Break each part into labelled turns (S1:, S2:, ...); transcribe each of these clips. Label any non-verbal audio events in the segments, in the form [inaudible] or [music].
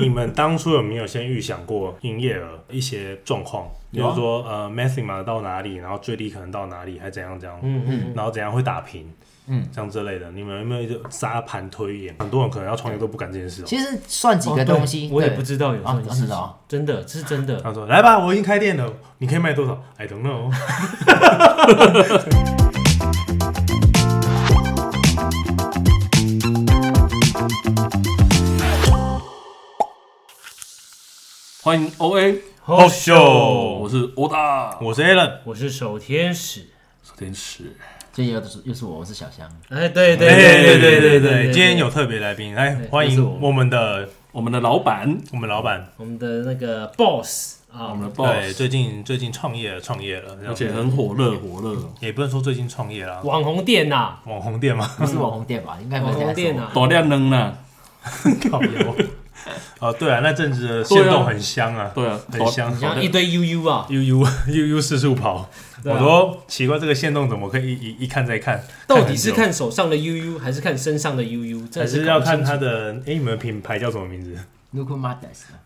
S1: 你们当初有没有先预想过营业额一些状况？比
S2: 有啊
S1: 如说呃 m a x i m a 到哪里，然后最低可能到哪里，还怎样怎样，
S2: 嗯嗯，
S1: 然后怎样会打平，
S2: 嗯，
S1: 这样之类的，你们有没有就沙盘推演？很多人可能要创业都不敢这件事哦。
S3: 其实算几个东西，
S2: 哦对我也
S3: 对
S2: 不知道有这
S3: 啊，
S2: 种
S3: 不
S2: 事情
S3: 知道，
S2: 真的这是真的。
S1: 他说：“来吧，我已经开店了，你可以卖多少？I 哎 don't know。
S2: [laughs]
S4: 欢迎 O A
S2: 好哦
S4: 我是欧大”，
S1: 我是 Alan，
S2: 我是守天使。
S4: 真是
S3: 这又是又是我，我是小香，
S2: 哎，对对
S1: 哎
S2: 对
S1: 对
S2: 对
S1: 对，今天有特别来宾，来
S2: 对
S1: 欢
S2: 就是
S1: 迎
S2: 我
S1: 我们的
S4: 我们的老板，
S1: 我们老板，
S2: 我们的那个 boss 啊，
S4: 我们的
S1: 对，
S4: boss，
S1: 最近最近创业了，创业了，这样
S4: 而且很火热，火热，
S1: 也不能说最近创业啦，
S2: 网红店呐，
S1: 网红店
S2: [laughs]
S1: 吗？
S3: 不是网红店吧？应该不
S2: 网
S3: 是这
S2: 红
S3: 样
S2: 店啊
S3: 说。
S2: 呐，
S4: 大量扔啦，
S1: 靠腰。哦，对啊，那阵子的线
S4: 对
S1: 动
S4: 啊
S1: 很香啊，
S4: 对啊，
S1: 很香
S2: 你。像一堆 UU 啊，
S1: 悠悠悠悠四处跑，
S2: 对啊
S1: 我说奇怪，这个线动怎么可以一一一看再看？
S2: 到底是
S1: 很久
S2: 看手上的 UU 还是看身上的 UU？真
S1: 还
S2: 的
S1: 是
S2: 是
S1: 要
S2: 搞不清
S1: 看它的？哎，你们品牌叫什么名字？
S3: Look Mothers，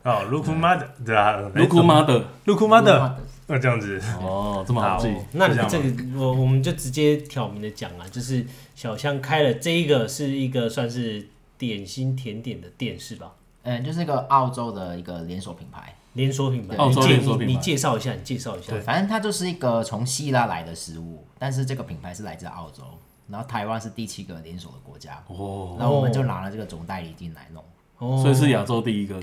S1: 哦，Look Mother，对啊
S4: 卢库妈的，
S1: ，Look Mother，那这样子，
S4: 哦，这么好
S1: 好
S4: 记，
S2: 那
S1: 就这样
S2: 这个我我们就直接挑明的讲啊，就是小香开了这一个是一个算是点心甜点的店是吧？
S3: 嗯，就是一个澳洲的一个连锁品牌，
S2: 连锁品牌，
S4: 澳洲
S2: 你介
S4: 连锁品牌
S2: 你你介绍一下，你介绍一下。
S3: 对，反正它就是一个从希腊来的食物，但是这个品牌是来自澳洲，然后台湾是第七个连锁的国家，
S4: 哦，
S3: 然后我们就拿了这个总代理进来弄。
S2: 哦
S4: 所以是亚洲第一个，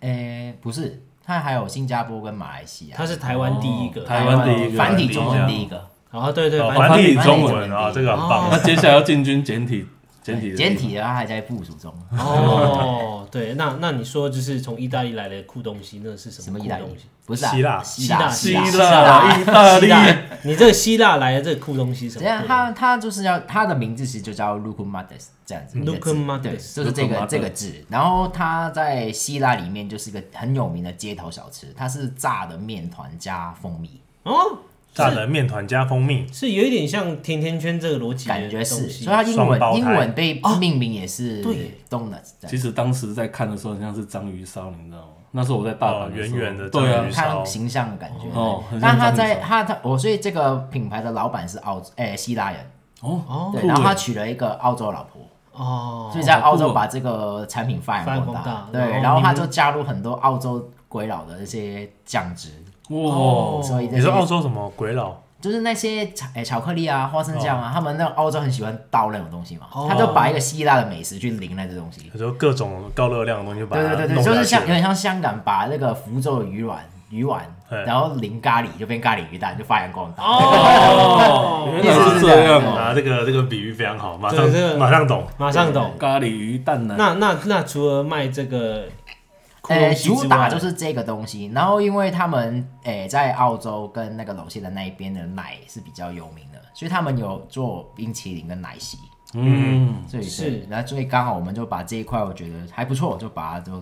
S3: 诶，不是，它还有新加坡跟马来西亚，
S2: 他是台湾第一个
S4: 哦，台湾第一个
S3: 繁体中文第一个，
S2: 然后对对，
S1: 哦繁
S2: 反正
S1: 体
S4: 繁体哦
S1: 中
S3: 中
S1: 文
S3: 文
S1: 啊，这个很棒
S4: 那。接下来要进军简体，简体，
S3: 简，体的它还在部署中。
S2: 哦，对，那那你说就是从意大利来的酷东西，那是什
S3: 什么
S2: 酷
S3: 意大利
S2: 东西？？
S3: 不是啊
S1: 希腊
S3: 希
S2: 腊
S3: 腊，
S2: 希
S4: 希
S3: 腊
S4: 腊、意大
S2: 希
S4: 利，
S2: 腊，你这个希腊来的这个酷东西是什
S3: 这样，
S2: 么？
S3: 它它就是要它的名字其实就叫 Lucumatus 这样子
S2: Lucumatus
S3: 对，就是这
S4: Lucumatus
S3: 个这个字。然后它在希腊里面就是一个很有名的街头小吃，它是炸的面团加蜂蜜，
S2: 哦，
S1: 炸的面团加蜂蜜，
S2: 是有一点像甜甜圈这个逻辑的
S3: 感觉
S2: 东
S3: 是，
S2: 西
S3: 所以它英
S1: 双胞胎
S3: 文英文被命名也是
S2: 对
S3: donuts 这样。
S4: 其实当时在看的时候，很像是章鱼烧，你知道吗？那时候我在大阪
S1: 哦
S4: 的时候，
S1: 圆圆的章鱼
S4: 对啊，
S3: 看形象的感觉
S4: 哦很，
S3: 但
S4: 像
S3: 他
S4: 章鱼
S3: 在
S4: 烧
S3: 他他我所以这个品牌的老板是澳诶希腊人，
S4: 哦，
S3: 对，
S4: 酷
S3: 然后他
S4: 欸
S3: 娶了一个澳洲老婆，
S2: 哦
S3: 所以在
S1: 啊
S3: 澳
S4: 好酷
S3: 洲
S4: 哦
S3: 把这个产品发
S2: 发扬
S3: 扬光
S2: 光
S3: 大
S2: 大，
S3: 对，
S2: 然后
S3: 然后他
S2: 你
S3: 就
S2: 们
S3: 加入很多澳洲鬼佬的那些酱汁，
S4: 哇，
S2: 哦
S3: 所以这
S1: 你说澳
S3: 些
S1: 洲什么鬼佬？
S3: 就是那些巧诶巧克力啊、花生酱啊，
S1: 哦
S3: 他们那种澳洲很喜欢倒那种东西嘛
S2: 哦，
S3: 他就把一个希腊的美食去淋那这东西，
S1: 你说各种高热量的东西就把
S3: 对
S1: 它
S3: 对对
S1: 弄
S3: 对，就是
S1: 下
S3: 像
S1: 去
S3: 有点像香港把那个福州的鱼丸鱼丸
S1: 对，
S3: 然后淋咖喱就变咖喱鱼蛋，就发扬光
S1: [laughs]
S3: 大。
S2: 哦，
S4: 原来是这样哦，
S1: 啊，这个这个比喻非常好，马上
S2: 对这个
S1: 马上懂。
S2: 马上
S3: 哦
S2: 懂。
S4: 咖喱鱼蛋呢？
S2: 那那那除了卖这个酷
S3: 呃，
S2: 东西之外，
S3: 主打就是这个东西。然后因为他们诶、呃在澳洲跟那个纽西兰那一边的奶是比较有名的，所以他们有做冰淇淋跟奶昔。
S4: 嗯，
S3: 所以
S2: 是
S3: 对然后所以刚好我们就把这一块我觉得还不错，就把它就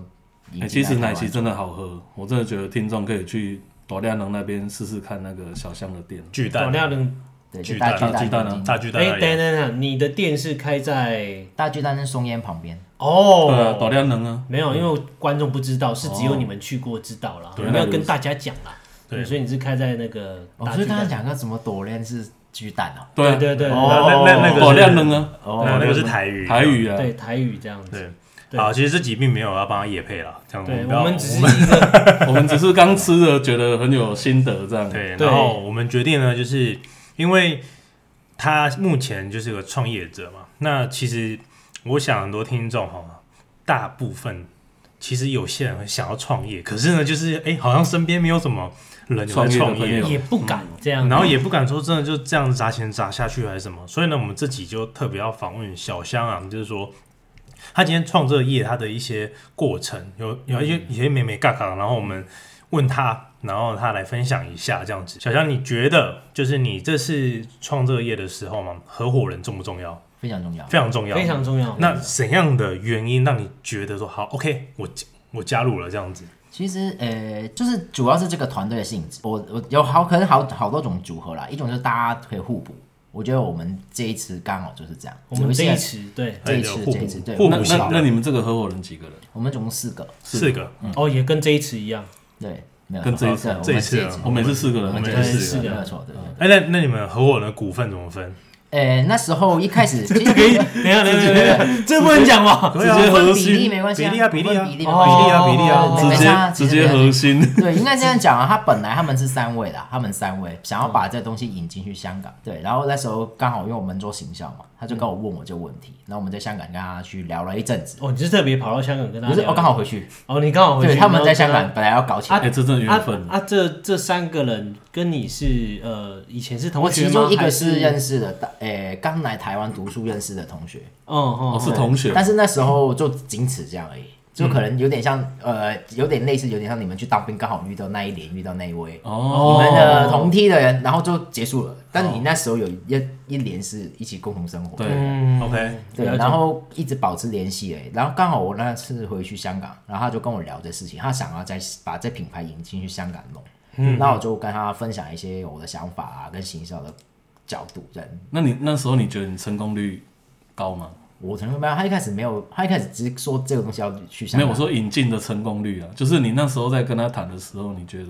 S3: 引
S4: 欸
S3: 进
S4: 其
S3: 来
S4: 实
S3: 台
S4: 奶
S3: 湾
S4: 昔真的好喝，我真的觉得听众可以去朵亮能那边试试看那个小香的店。
S1: 巨
S2: 总
S1: 蛋，
S2: 量能
S3: 对，
S1: 巨
S3: 就
S1: 蛋
S3: 大
S4: 大
S3: 巨
S4: 巨蛋啊
S3: 蛋
S1: 大巨蛋
S2: 哎，
S1: 而
S2: 等
S1: 已。
S2: 等等，你的店是开在
S3: 大巨蛋是松烟旁边，
S4: 对啊，朵
S2: 哦，
S4: 亮能啊，
S2: 没有，因为观众不知道，是只有你们去过知道啦，我
S4: 对
S2: 们要跟大家讲啦。
S1: 对
S2: 所以你是开在那个
S3: 我
S2: 大
S3: 哦所
S2: 巨
S3: 以刚才
S2: 蛋，
S3: 讲个什么朵莲是巨蛋哦，
S4: 对
S2: 对
S4: 啊，
S2: 对对
S1: 那
S3: 哦
S1: 那那那个
S4: 朵亮能
S1: 呢？
S4: 啊，
S3: 哦
S1: 那那个是台语，
S4: 台。语啊，
S2: 对台语这样子。
S1: 对，
S2: 对
S1: 好，其实这集并没有要帮他野配啦，这样
S2: 对，
S1: 不要
S2: 我们只是一个
S4: 我们只是刚吃的，觉得很有心得这样。
S1: 对，
S2: 对
S1: 然后我们决定呢，就是因为他目前就是个创业者嘛，那其实我想很多听众哈，大部分其实有些人会想要创业，可是呢，就是哎、好像身边没有什么人有在
S4: 创业的
S1: 创
S4: 朋
S1: 业
S4: 友，
S2: 也不敢这样，
S1: 然后也不敢说真的就这样砸钱砸下去还是什么，所以呢，我们这集就特别要访问小香啊，就是说他今天创这个业他的一些过程，有有一些一些美美嘎嘎，然后我们问他，然后他来分享一下这样子。小香，你觉得就是你这次创这个业的时候嘛，合伙人重不重要？
S3: 非常重要。
S1: 非常重要，
S2: 非。常重要。
S1: 那怎样的原因让你觉得说好，OK，我我加入了这样子？
S3: 其实呃，就是主要是这个团队的性质，我我有好可能好好多种组合啦，一种就是大家可以互补，我觉得我们这一次刚好就是这样，
S2: 我们这一
S3: 次
S2: 次对，
S3: 这一
S1: 哎
S3: 次
S1: 有
S3: 这
S1: 互
S3: 一
S1: 补
S3: 次对，
S1: 互
S3: 我
S4: 那
S3: 们
S1: 补
S3: 四
S1: 性
S3: 个
S4: 那那你们这个合伙人几个人？
S3: 我们总共四个，
S1: 四个，
S2: 哦，也跟这一次一样，
S3: 对，没有
S4: 跟这一
S3: 错，对我
S1: 这一
S3: 们
S1: 次
S3: 这一
S1: 啊
S3: 次啊
S4: 我们也是四个人，
S1: 我们
S4: 就
S1: 也
S4: 是
S2: 是
S4: 四
S2: 四
S4: 个
S2: 个
S3: 没
S2: 人
S3: 有错，对对。对
S1: 哎，那那你们合伙人的股份怎么分？
S3: 呃，那时候一开始其实
S2: 可以，等一下，等一下，等一
S3: [laughs]
S2: 下，这不能讲吧？
S1: 可以啊
S4: 直接核
S3: 分比例
S4: 心，
S3: 没关系，
S1: 比例啊比例啊
S3: 比例没
S2: 哦
S3: 关系。
S1: 比例啊
S3: 对
S4: 直
S3: 没
S4: 接
S3: 差啊
S4: 直
S3: 其实
S4: 接
S3: 没有
S4: 核心。
S3: [laughs] 对，应该这样讲啊，他本来他们是三位的，他们三位想要
S2: 嗯
S3: 把这东西引进去香港，对，然后那时候刚好因为我们做行销嘛，
S2: 嗯
S3: 他就跟我问我这个问题，然后我们在香港跟他去聊了一阵子，
S2: 哦，你是特别跑到香港跟他
S3: 不是
S2: 聊
S3: 我刚好回去，
S2: 哦，你刚好回去，
S3: 对，他们在香
S2: 然后
S3: 港本来要搞起来，
S4: [laughs] 哎，这真的缘分
S2: 跟他。啊啊，这这三个人跟你是呃以前是同
S3: 我
S2: 学吗？
S3: 其中一
S2: 还
S3: 个
S2: 是
S3: 是认识的，大诶，刚来台湾读书认识的同学，
S2: 哦哦
S4: 哦，是同学
S3: 但是那时候就仅此这样而已，就
S2: 嗯
S3: 可能有点像呃，有点类似，有点像你们去当兵刚好遇到那一年遇到那一位，
S4: 哦，
S3: 你们的同梯的人，然后就结束了。但你那时候有一一年是一起共同生活，
S4: 对
S1: 嗯，OK，
S3: 对
S2: 了解
S3: 然后一直保持联系诶。然后刚好我那次回去香港，然后他就跟我聊这事情，他想要再把这品牌引进去香港弄。嗯，那我就跟他分享一些我的想法啊，跟行销的角度这样。
S4: 那你那时候你觉得你成功率高吗？
S3: 我承认没有，他一开始没有，他一开始只是说这个东西要去香
S4: 没有，
S3: 港。
S4: 我说引进的成功率啊，就是你那时候在跟他谈的时候，你觉得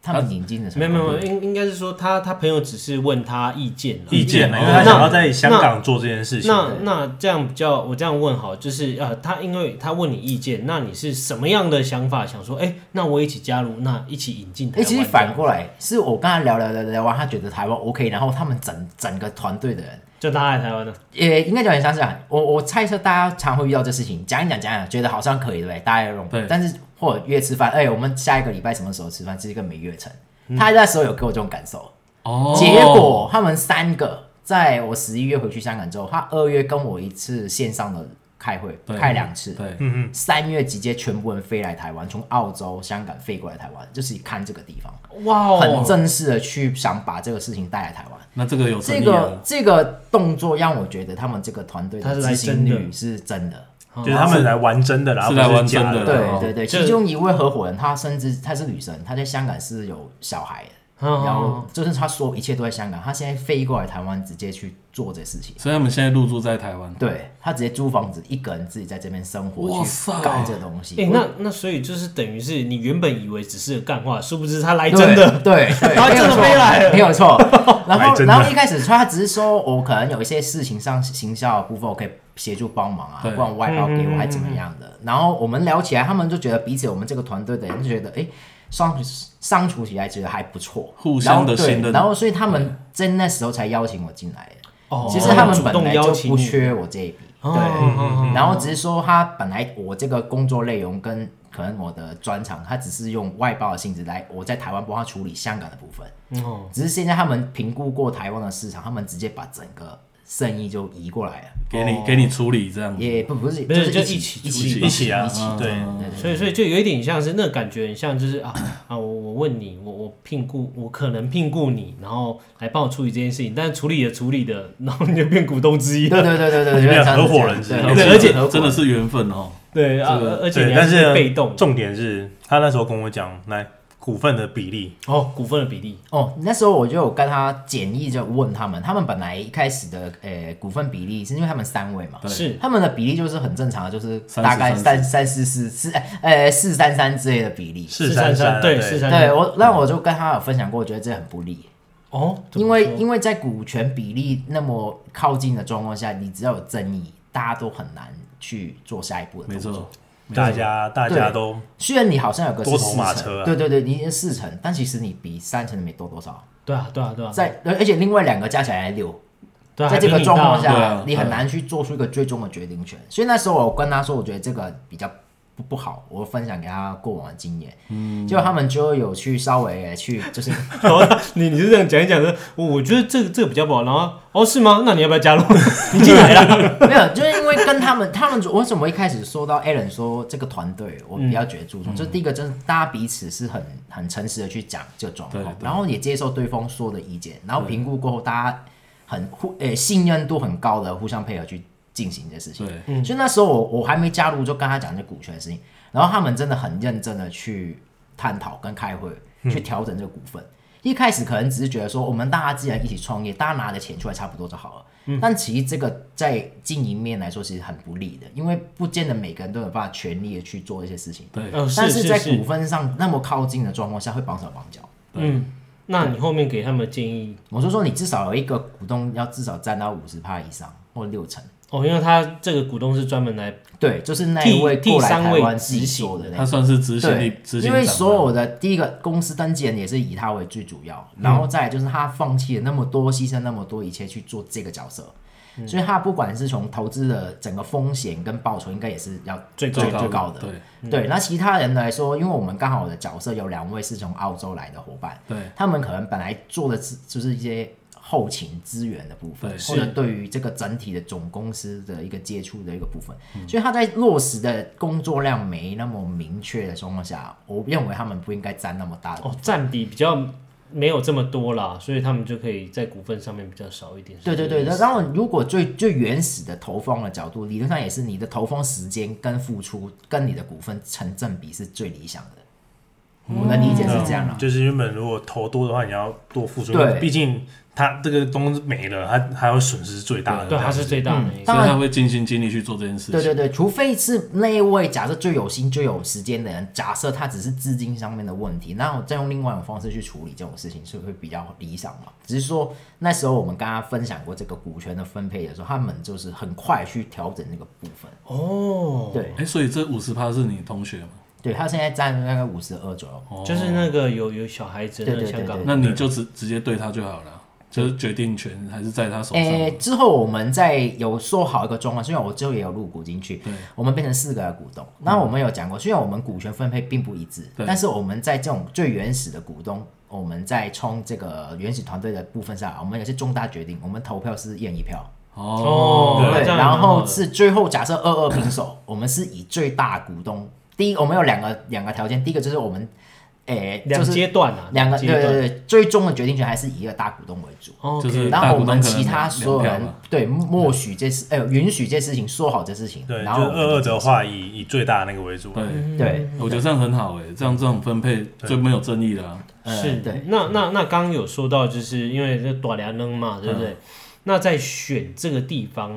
S3: 他们引进的时候，
S2: 啊没有没有，没有应应该是说他他朋友只是问他意见啦
S1: 意见啊嘛，因为
S4: 那
S1: 他想要在香港做这件事情，
S2: 嗯那那这样比较，我这样问好，就是呃，他因为他问你意见，那你是什么样的想法？想说，哎、那我一起加入，那一起引进台
S3: 哎、
S2: 湾这
S3: 其
S2: 样。
S3: 实反过来是我跟他聊聊聊聊完，他觉得台湾 OK，然后他们整整个团队的人，
S2: 就他来台湾了，
S3: 也应该讲很相似啊。我我猜测大家常会遇到这事情，讲一讲讲一讲，觉得好像可以对不对？大家有用，
S4: 对嗯
S3: 但是或者约吃饭，哎、我们下一个礼拜什么时候吃饭，这是一个没约成。他那时候有给我这种感受，
S4: 哦
S3: 结果他们三个在我十一月回去香港之后，他二月跟我一次线上的开会，
S4: 对
S3: 开两次，
S4: 对，
S1: 嗯嗯，
S3: 三月直接全部人飞来台湾，从澳洲、香港飞过来台湾，就是看这个地方。
S2: 哇
S3: 很
S2: 哦！
S3: 正式的去想把这个事情带来台湾。
S4: 那这个有
S3: 这
S4: 争议
S3: 个
S4: 啊，
S3: 这个动作让我觉得他们这个团队
S2: 他是
S3: 的
S2: 来
S3: 执行
S2: 真
S3: 率
S2: 的
S3: 是真的。
S1: 就是他们来玩真的啦，
S4: 是
S1: 不
S4: 来玩
S1: 假
S4: 真的
S3: 对
S4: 哦
S3: 对对，
S2: 这
S3: 其中一位合伙人，她甚至她是女生，她在香港是有小孩的，
S2: 哦
S3: 然后就是她说一切都在香港，她现在飞过来台湾直接去做这事情。
S4: 所以他们现在入住在台湾。
S3: 对她直接租房子，一个人自己在这边生活
S4: 哇
S3: 去
S4: 塞
S3: 搞这个东西。
S2: 哎、那那所以就是等于是你原本以为只是个干话，殊不知他来
S3: 对
S2: 真的，
S3: 对，对
S2: 然后真的飞来了
S3: 没有错。没有错然
S1: 来
S3: 后，
S1: 真的
S3: 然后一开始他只是说我可能有一些事情上行销的部分，我可以协助帮忙啊，
S4: 对
S3: 不然外包给我还怎么样的。然后我们聊起来，他们就觉得彼此我们这个团队的人就觉得，哎，相相处起来觉得还不错，
S4: 互相的
S3: 然后对
S4: 信任
S3: 然后，所以他们在那时候才邀请我进来的。
S2: 哦
S3: 其实他们
S2: 主
S3: 本
S2: 动
S3: 来
S2: 邀
S3: 就
S2: 请
S3: 不
S2: 你
S3: 缺我这一笔，
S2: 哦
S1: 嗯
S3: 对，然后只是说他本来我这个工作内容跟可能我的专长，他只是用外包的性质来我在台湾帮他处理香港的部分，
S2: 哦，
S3: 只是现在他们评估过台湾的市场，他们直接把整个生意就移过来了，
S4: 给你给你处理这样子。
S3: 哦也不不是
S2: 没有
S3: 是
S2: 就
S3: 一
S2: 一
S3: 起
S2: 起
S3: 一
S2: 处
S3: 起
S1: 理一起啊
S3: 一起
S1: 嗯对
S3: 对对
S2: 所以所以就有一点像是那感觉很像就是啊 [coughs] 啊，我我问你，我我聘雇，我可能聘雇你，然后来帮我处理这件事情，但是处理也处理的， [laughs] 然后你就变股东之一了。
S3: 对对对对对对，
S1: [laughs] 你们俩
S3: 有点像是
S1: 合伙
S3: 这样
S1: 人之
S3: 对
S1: 类的
S3: 对
S2: 对而且
S3: 合伙人
S4: 真的是缘分哦。
S2: [laughs] 对啊
S4: 这个，
S2: 而且
S1: 对，
S2: 你还
S1: 但
S2: 是
S1: 是
S2: 被动
S1: 重点是他那时候跟我讲，来股份的比例，
S2: 哦，股份的比例
S3: 哦，那时候我就有跟他简易就问他们，他们本来一开始的呃股份比例是因为他们三位嘛，
S4: 对
S2: 是
S3: 他们的比例就是很正常的，就是
S4: 30
S3: 大概
S4: 30
S3: 三三四四四呃四三三之类的比例。
S1: 四
S2: 三
S1: 三
S2: 对四
S1: 四
S2: 三
S3: 对我，那我就跟他有分享过，我觉得这很不利，
S2: 哦，怎么
S3: 因为
S2: 说
S3: 因为在股权比例那么靠近的状况下，你只要有争议，大家都很难去做下一步的
S4: 没
S3: 动作
S4: 错。，
S1: 大家大家
S3: 对
S1: 都
S3: 虽然你好像有个是
S1: 多头马
S3: 四成
S1: 车啊
S3: 对对对，你是四成，但其实你比三成的没多多少。
S2: 对啊对啊对啊，
S3: 在而而且另外两个加起来六，
S2: 对啊
S3: 在这个
S2: [laughs]
S3: 状况，
S4: 对
S3: 下
S4: 啊，
S3: 你很难去做出一个最终的决定权。所以那时候我跟他说，我觉得这个比较不不好，我分享给他过往的经验。嗯，结果他们就有去稍微去，就是
S2: 然后哦你你就这样讲一讲的，我我觉得这个这个比较不好，然后哦是吗？那你要不要 [laughs] 加入？你进来 [laughs] 了，
S3: 没有，就是因为跟他们，他们我为什么一开始说到 Alan 说这个团队，我比较觉得注
S4: 嗯
S3: 重，就是第一个，真的大家彼此是很很诚实的去讲这个状况
S4: 对，对
S3: 然后也接受对方说的意见，然后评估过后，大家很互呃、信任度很高的互相配合去进行这事情。
S4: 对，
S3: 所以那时候我我还没加入，就跟他讲这股权的事情，然后他们真的很认真的去探讨跟开会，去调整这个股份。一开始可能只是觉得说，我们大家既然一起创业，大家拿的钱出来差不多就好了。但其实这个在经营面来说，其实很不利的，因为不见得每个人都有办法全力的去做一些事情。
S4: 对，
S2: 呃，
S3: 但
S2: 是
S3: 是在
S2: 是
S3: 股，份上那么靠近的状况下，会绑手绑脚。
S2: 嗯，那你后面给他们的建议
S3: 我是说，你至少有一个股东要至少占到五十趴以上或六成。
S2: 哦，因为他这个股东是专门来
S3: 对，就是那一位
S2: 替
S3: 过来
S2: 替三
S3: 台
S2: 位
S3: 湾自己
S2: 执行
S3: 做的那
S4: 他算是执行力
S3: 对，
S4: 执行长啊
S3: 因
S4: 嘛，
S3: 为所有的第一个公司登记人也是以他为最主要，然
S4: 嗯
S3: 后再来就是他放弃了那么多，牺牲那么多一切去做这个角色，
S4: 嗯
S3: 所以他不管是从投资的整个风险跟报酬，应该也是要
S2: 最
S3: 最
S4: 高
S3: 最高的。
S4: 对嗯
S3: 对，那其他人来说，因为我们刚好我的角色有两位是从澳洲来的伙伴，
S4: 对
S3: 他们可能本来做的是就是一些后勤资源的部分，
S4: 对
S3: 或者对于这个整体的总公司的一个接触的一个部分，所以他在落实的工作量没那么明确的状况下，我认为他们不应该占那么大的。
S2: 哦，占比比较没有这么多啦，所以他们就可以在股份上面比较少一点。
S3: 对对
S2: 是这个
S3: 对，
S2: 意思
S3: 然后如果最最原始的投放的角度，理论上也是你的投放时间跟付出跟你的股份成正比是最理想的。我的理解是这样啦，
S1: 啊就是原本如果投多的话，你要多付出，
S3: 对
S1: 因为毕竟它这个东西没了，它它会损失最大的。
S2: 对，它是最大的
S3: 嗯
S2: 一个。
S4: 所
S3: 当
S4: 以
S3: 然
S4: 他会尽心尽力去做这件事情。
S3: 对对对，除非是那一位假设最有心、最有时间的人，假设他只是资金上面的问题，那我再用另外一种方式去处理这种事情，是会比较理想嘛。只是说那时候我们刚刚分享过这个股权的分配的时候，他们就是很快去调整那个部分。
S2: 哦，
S3: 对，
S4: 哎，所以这五十趴是你同学嘛？
S3: 对他现在占大概五十二左右。
S4: 哦
S2: 就是那个有有小孩子，那个
S3: 对对对
S2: 香港
S3: 对
S4: 那你就直直接对他就好了，就是决定权还是在他手上。
S3: 诶、之后我们再有说好一个状况，虽然我最后也有入股进去
S4: 对，
S3: 我们变成四个股东。
S2: 嗯
S3: 那我们有讲过，虽然我们股权分配并不一致，
S4: 对
S3: 但是我们在这种最原始的股东，我们在冲这个原始团队的部分上，我们有些重大决定，我们投票是一人一票，
S4: 哦，
S2: 对
S3: 对，
S2: 这样
S3: 然
S2: 蛮好
S3: 后
S2: 的
S3: 是最后假设二二平手， [laughs] 我们是以最大股东，第一我们有两个两个条件，第一个就是我们，诶、
S2: 两
S3: 就是
S2: 阶段啊，
S3: 两个
S2: 阶
S3: 对对
S2: 段。
S3: 对，最终的决定权还是以一个大股东为主。
S2: 哦，
S4: 就是
S3: 然后我
S4: 大股
S3: 们
S4: 东可能
S3: 其他
S4: 两
S3: 所有
S4: 票
S3: 人
S4: 嘛嗯
S3: 对默许这事，呃，允许这事情，说好这事情，
S1: 对，就
S3: 然后
S1: 是
S3: 我们
S1: 二二
S3: 就
S1: 的话，以以最大的那个为主。啊
S4: 对，
S3: 嗯对，
S4: 我觉得这样很好哎，这样这种分配就没有争议了啊。
S3: 呃
S2: 是
S3: 对，
S2: 那那那刚刚有说到，就是因为这短梁扔嘛，对不
S1: 嗯
S2: 对？那在选这个地方，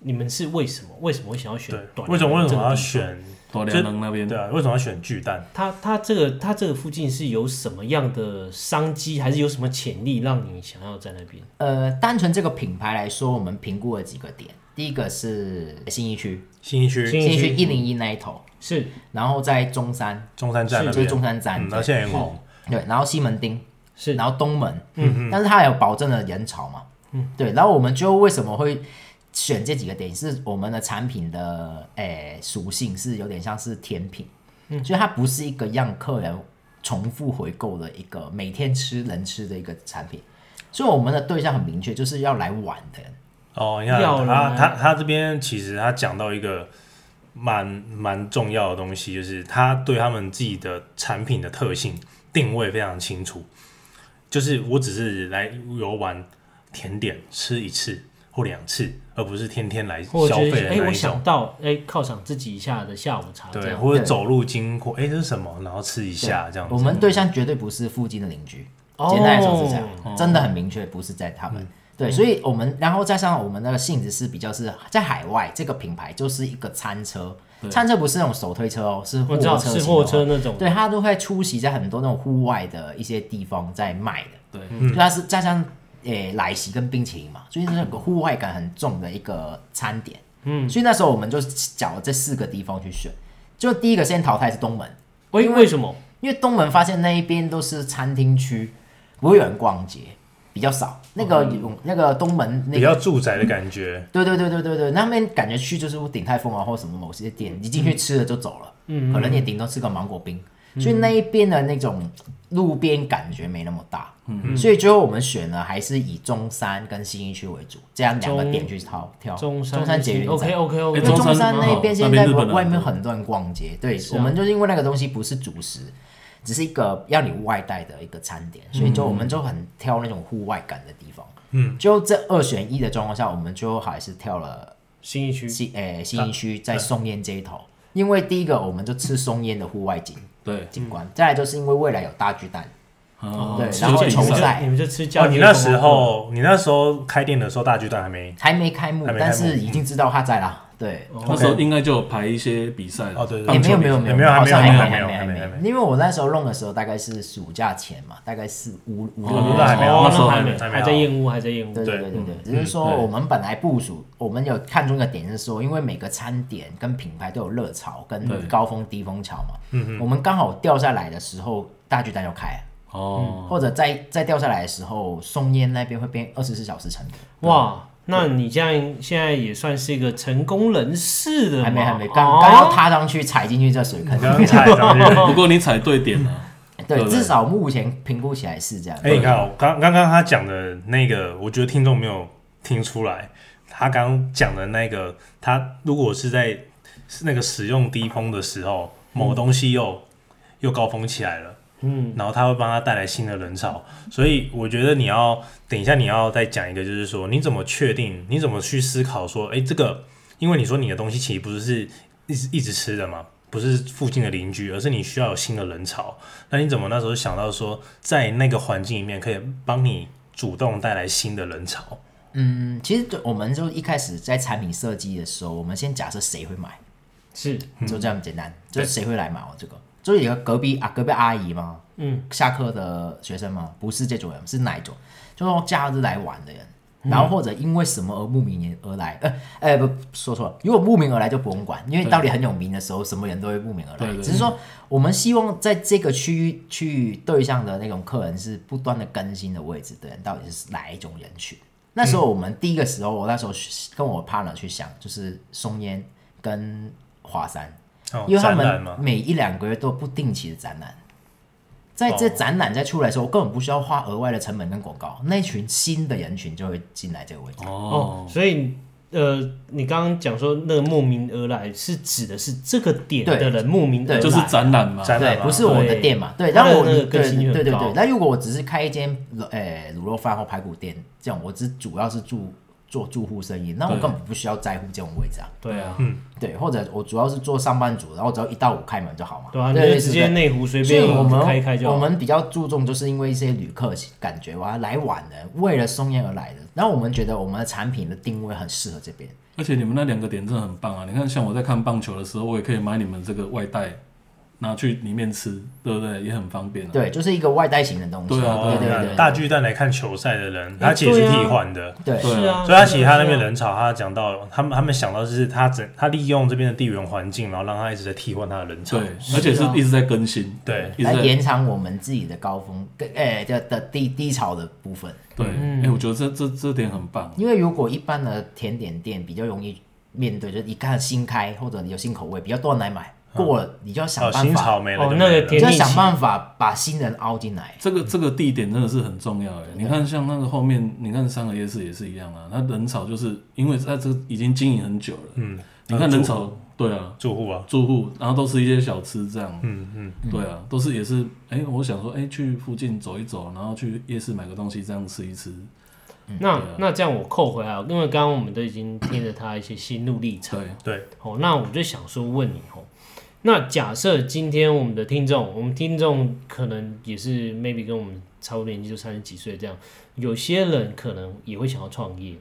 S2: 你们是为什么？为什么会想要选
S1: 对
S2: 短？
S1: 为什么为什么要
S2: 选？
S1: 选？
S4: 多良能那边
S1: 对啊，为什么要选巨蛋？
S2: 它它这个它这个附近是有什么样的商机，还是有什么潜力让你想要在那边？
S3: 呃，单纯这个品牌来说，我们评估了几个点，第一个是信义区，
S1: 新一区、
S2: 信义
S3: 信义
S2: 区
S3: 区一零一那一头，
S2: 是
S3: 然后在中山，
S1: 中山站那
S3: 就
S1: 边
S3: 是，中山站
S1: 嗯，，那
S3: 对
S1: 现在也很红。
S3: 对，然后西门町，
S2: 是
S3: 然后东门，嗯，但是它有保证了人潮嘛，嗯，对，然后我们就为什么会选这几个点，是我们的产品的诶属性是有点像是甜品，嗯，所以它不是一个让客人重复回购的一个每天吃能吃的一个产品，所以我们的对象很明确，就是要来玩的人，
S1: 哦，你看
S2: 要
S1: 他
S2: 来
S1: 他他这边其实他讲到一个蛮蛮重要的东西，就是他对他们自己的产品的特性定位非常清楚。就是我只是来游玩甜点吃一次或两次，而不是天天来
S2: 或者
S1: 消
S2: 就
S1: 费
S2: 是
S1: 的
S2: 哎，
S1: 那
S2: 我
S1: 一种
S2: 想。到哎，犒赏自己一下的下午茶这
S1: 对，
S2: 样。
S1: 或者
S3: 对
S1: 走路经过，哎、这是什么？然后吃一
S3: 对
S1: 下这样子。
S3: 我们对象绝对不是附近的邻居，
S2: 哦嗯
S3: 简单来说是这样，真的很明确，不是在他们。对，所以我们然后加上我们那个性质是比较是在海外，这个品牌就是一个餐车，餐车不是那种手推车哦，是
S2: 我
S3: 货
S2: 知道
S3: 车，
S2: 是货车，那种，
S3: 对，它都会出席在很多那种户外的一些地方在卖的。
S4: 对，
S3: 就它是加上诶、奶昔跟冰淇淋嘛，所以是个户外感很重的一个餐点。嗯，所以那时候我们就找了这四个地方去选，就第一个先淘汰是东门，
S2: 为为什么？
S3: 因为东门发现那一边都是餐厅区，不会有人逛街，比较少。那个
S2: 嗯
S3: 永、那个东门那
S1: 比
S3: 个，
S1: 较住宅的感觉，
S3: 对对对对对对，那边感觉去就是鼎泰丰啊，或什么某些店，你进去吃了就走了，
S2: 嗯
S3: 可能也顶多吃个芒果冰。所以那一边的那种路边感觉没那么大，
S2: 嗯
S3: 所以最后我们选了还是以中山跟新一区为主，这样两个
S2: 中
S3: 点去挑挑。
S2: 中山
S3: 中山捷运站
S2: OK OK
S4: 哎
S3: 因
S2: OK，
S3: 为中
S4: 中
S3: 山
S4: 山
S3: 那边现
S4: 那
S3: 在
S4: 边日本人
S3: 外面
S4: 很
S3: 很多人逛街，对
S2: 是啊
S3: 我们就是因为那个东西不是主食，只是一个要你外带的一个餐点，所以就我们就很挑那种户外感的地方。嗯，就这二选一的状况下，我们最后还是跳了
S2: 新一区
S1: 哦
S3: 新诶、新一区在松烟这一头，因为第一个我们就吃松烟的户外景
S4: 对，
S3: 景观，再来就是因为未来有大巨蛋，
S4: 哦
S3: 对
S4: 吃
S3: 然后
S4: 这一
S3: 重
S4: 餐
S3: 赛
S2: 你们就吃
S1: 哦，
S2: 家。
S1: 你那时候你那时候开店的时候，大巨蛋还没
S3: 还没开幕
S1: 还，没开幕
S3: 但是已经知道他在啦。对，
S4: 哦那时候应该就有排一些比赛了
S1: 哦对对
S3: 也
S1: 棒
S3: 没
S1: 球
S3: 有
S1: 比
S3: 没有
S1: 赛
S3: 没有
S1: 没有还
S3: 好
S1: 没有
S3: 像
S1: 还
S3: 没
S1: 没
S3: 有
S1: 有
S3: 还
S1: 还没有还没有
S3: 没有
S1: 还没
S3: 因为我那时候弄的时候大概是暑假前嘛，大概是五五六
S4: 哦
S3: 月
S1: 那还没有
S2: 哦
S1: 那时候
S2: 还
S1: 还没
S2: 没，
S1: 还没
S2: 还在
S1: 有啊
S2: 燕屋，还在燕屋。
S3: 对对
S1: 对
S3: 对对对，只是说
S4: 对
S3: 我们本来部署，我们有看中一个点是说，因为每个餐点跟品牌都有热潮
S4: 对
S3: 跟高峰低峰潮嘛，嗯我们刚好掉下来的时候，大巨蛋有开，
S4: 哦，
S3: 或者再再掉下来的时候，松烟那边会变二十四小时成品，
S2: 哇，那你这样现在也算是一个成功人士的嘛，
S3: 还没还没刚
S2: 哦
S3: 刚要踏上去踩进去这水坑
S1: 你，刚刚踩上去。
S4: 不过你踩对点了，
S3: 对，
S4: 对对
S3: 至少目前评估起来是这样。
S1: 哎、你看哦，刚刚刚他讲的那个，我觉得听众没有听出来，他刚刚讲的那个，他如果是在是那个使用低峰的时候，某东西又、又高峰起来了。嗯，然后他会帮他带来新的人潮，所以我觉得你要等一下你要再讲一个，就是说你怎么确定，你怎么去思考说，哎，这个，因为你说你的东西其实不是一直一直吃的嘛，不是附近的邻居，而是你需要有新的人潮，那你怎么那时候想到说，在那个环境里面可以帮你主动带来新的人潮？
S3: 嗯，其实对我们就一开始在产品设计的时候，我们先假设谁会买，
S2: 是
S4: 嗯
S3: 就这样简单，就是谁会来买我哦这个？就是有个隔壁啊，隔壁阿姨嘛，嗯，下课的学生嘛，不是这种人，是哪一种？就是假日来玩的人，
S4: 嗯
S3: 然后或者因为什么而慕名而来，呃，呃，不说错了，如果慕名而来就不用管，因为到底很有名的时候，什么人都会慕名而
S4: 对
S3: 来。
S4: 对
S3: 只是说我们希望在这个区域区域对象的那种客人是不断的更新的位置的人，到底是哪一种人群？那时候我们第一个时候，我那时候去跟我 partner 去想，就是松烟跟华山。
S1: 哦，
S3: 因为他
S1: 展览
S3: 们
S1: 嘛，
S3: 每一两个月都有不定期的展览，在
S1: 哦
S3: 这展览再出来的时候，我根本不需要花额外的成本跟广告，那一群新的人群就会进来这个位置。
S2: 哦
S4: 哦，
S2: 所以呃，你刚刚讲说那个慕名而来，是指的是这个点
S3: 对
S2: 的人慕名而来，
S3: 对
S4: 就是展览嘛，
S1: 展
S3: 对
S1: 览，嘛
S3: 不是我的
S2: 对
S3: 店嘛？对，
S2: 它
S3: 但
S2: 的
S3: 我
S2: 那个
S3: 对
S2: 更新率
S3: 对
S2: 很
S3: 对
S2: 高
S3: 对。那如果我只是开一间呃卤肉饭或排骨店这种，我只主要是住做住户生意，那我
S4: 对
S3: 根本不需要在乎这种位置啊。
S2: 对啊，
S3: 对，或者我主要是做上班族，然后只要一到五开门就好嘛。
S2: 对啊，你
S3: 对
S2: 就直接内湖随
S3: 所以
S2: 便
S3: 我
S2: 开一开
S3: 们
S2: 就
S3: 我
S2: 好。
S3: 们比较注重，就是因为一些旅客感觉哇来晚了，为了松烟而来的。然后我们觉得我们的产品的定位很适合这边，
S4: 而且你们那两个点真的很棒啊！你看，像我在看棒球的时候，我也可以买你们这个外带，拿去里面吃，对不对？也很方便啊。
S3: 对，就是一个外带型的东西。
S4: 对啊
S1: 哦
S3: 对
S1: 那
S3: 对对
S1: 大巨蛋来看球赛的人，他其实是
S2: 对啊
S1: 替换的。
S3: 哎对
S4: 对
S2: 是啊，
S1: 所以他其实他
S2: 是
S1: 那
S2: 啊
S1: 边人潮，他讲到他们他们想到就是他整他利用这边的地缘环境，然后让他一直在替换他的人潮。
S4: 对，而且是一直在更新，
S1: 对
S4: 一直
S3: 来
S4: 在
S3: 延长我们自己的高峰跟诶的的低低潮的部分。
S4: 对。哎，我觉得这这这点很棒，
S3: 因为如果一般的甜点店比较容易面对，就是一看新开或者有新口味，比较多人来买，过了你就要想
S1: 哦，
S3: 办
S1: 新
S3: 法，
S1: 潮没了就
S2: 哦
S1: 没了，
S2: 那个
S3: 你
S2: 天
S3: 就要
S2: 地
S3: 想办法把新人凹进来。
S4: 这个这个地点真的是很重要哎。你看，像那个后面，你看三合夜市也是一样啊，它人潮就是因为它这已经经营很久了，嗯，你看人潮，对啊，
S1: 住户啊，
S4: 住户，然后都是一些小吃这样。嗯嗯，对啊，都是也是，哎、我想说，哎、去附近走一走，然后去夜市买个东西，这样吃一吃。
S2: 那那这样我扣回来哦，因为刚刚我们都已经听了他一些心路历程。
S4: 对，
S1: 对，
S2: 哦，那我就想说问你哦，那假设今天我们的听众，我们听众可能也是 maybe 跟我们差不多年纪，就三十几岁这样，有些人可能也会想要创业。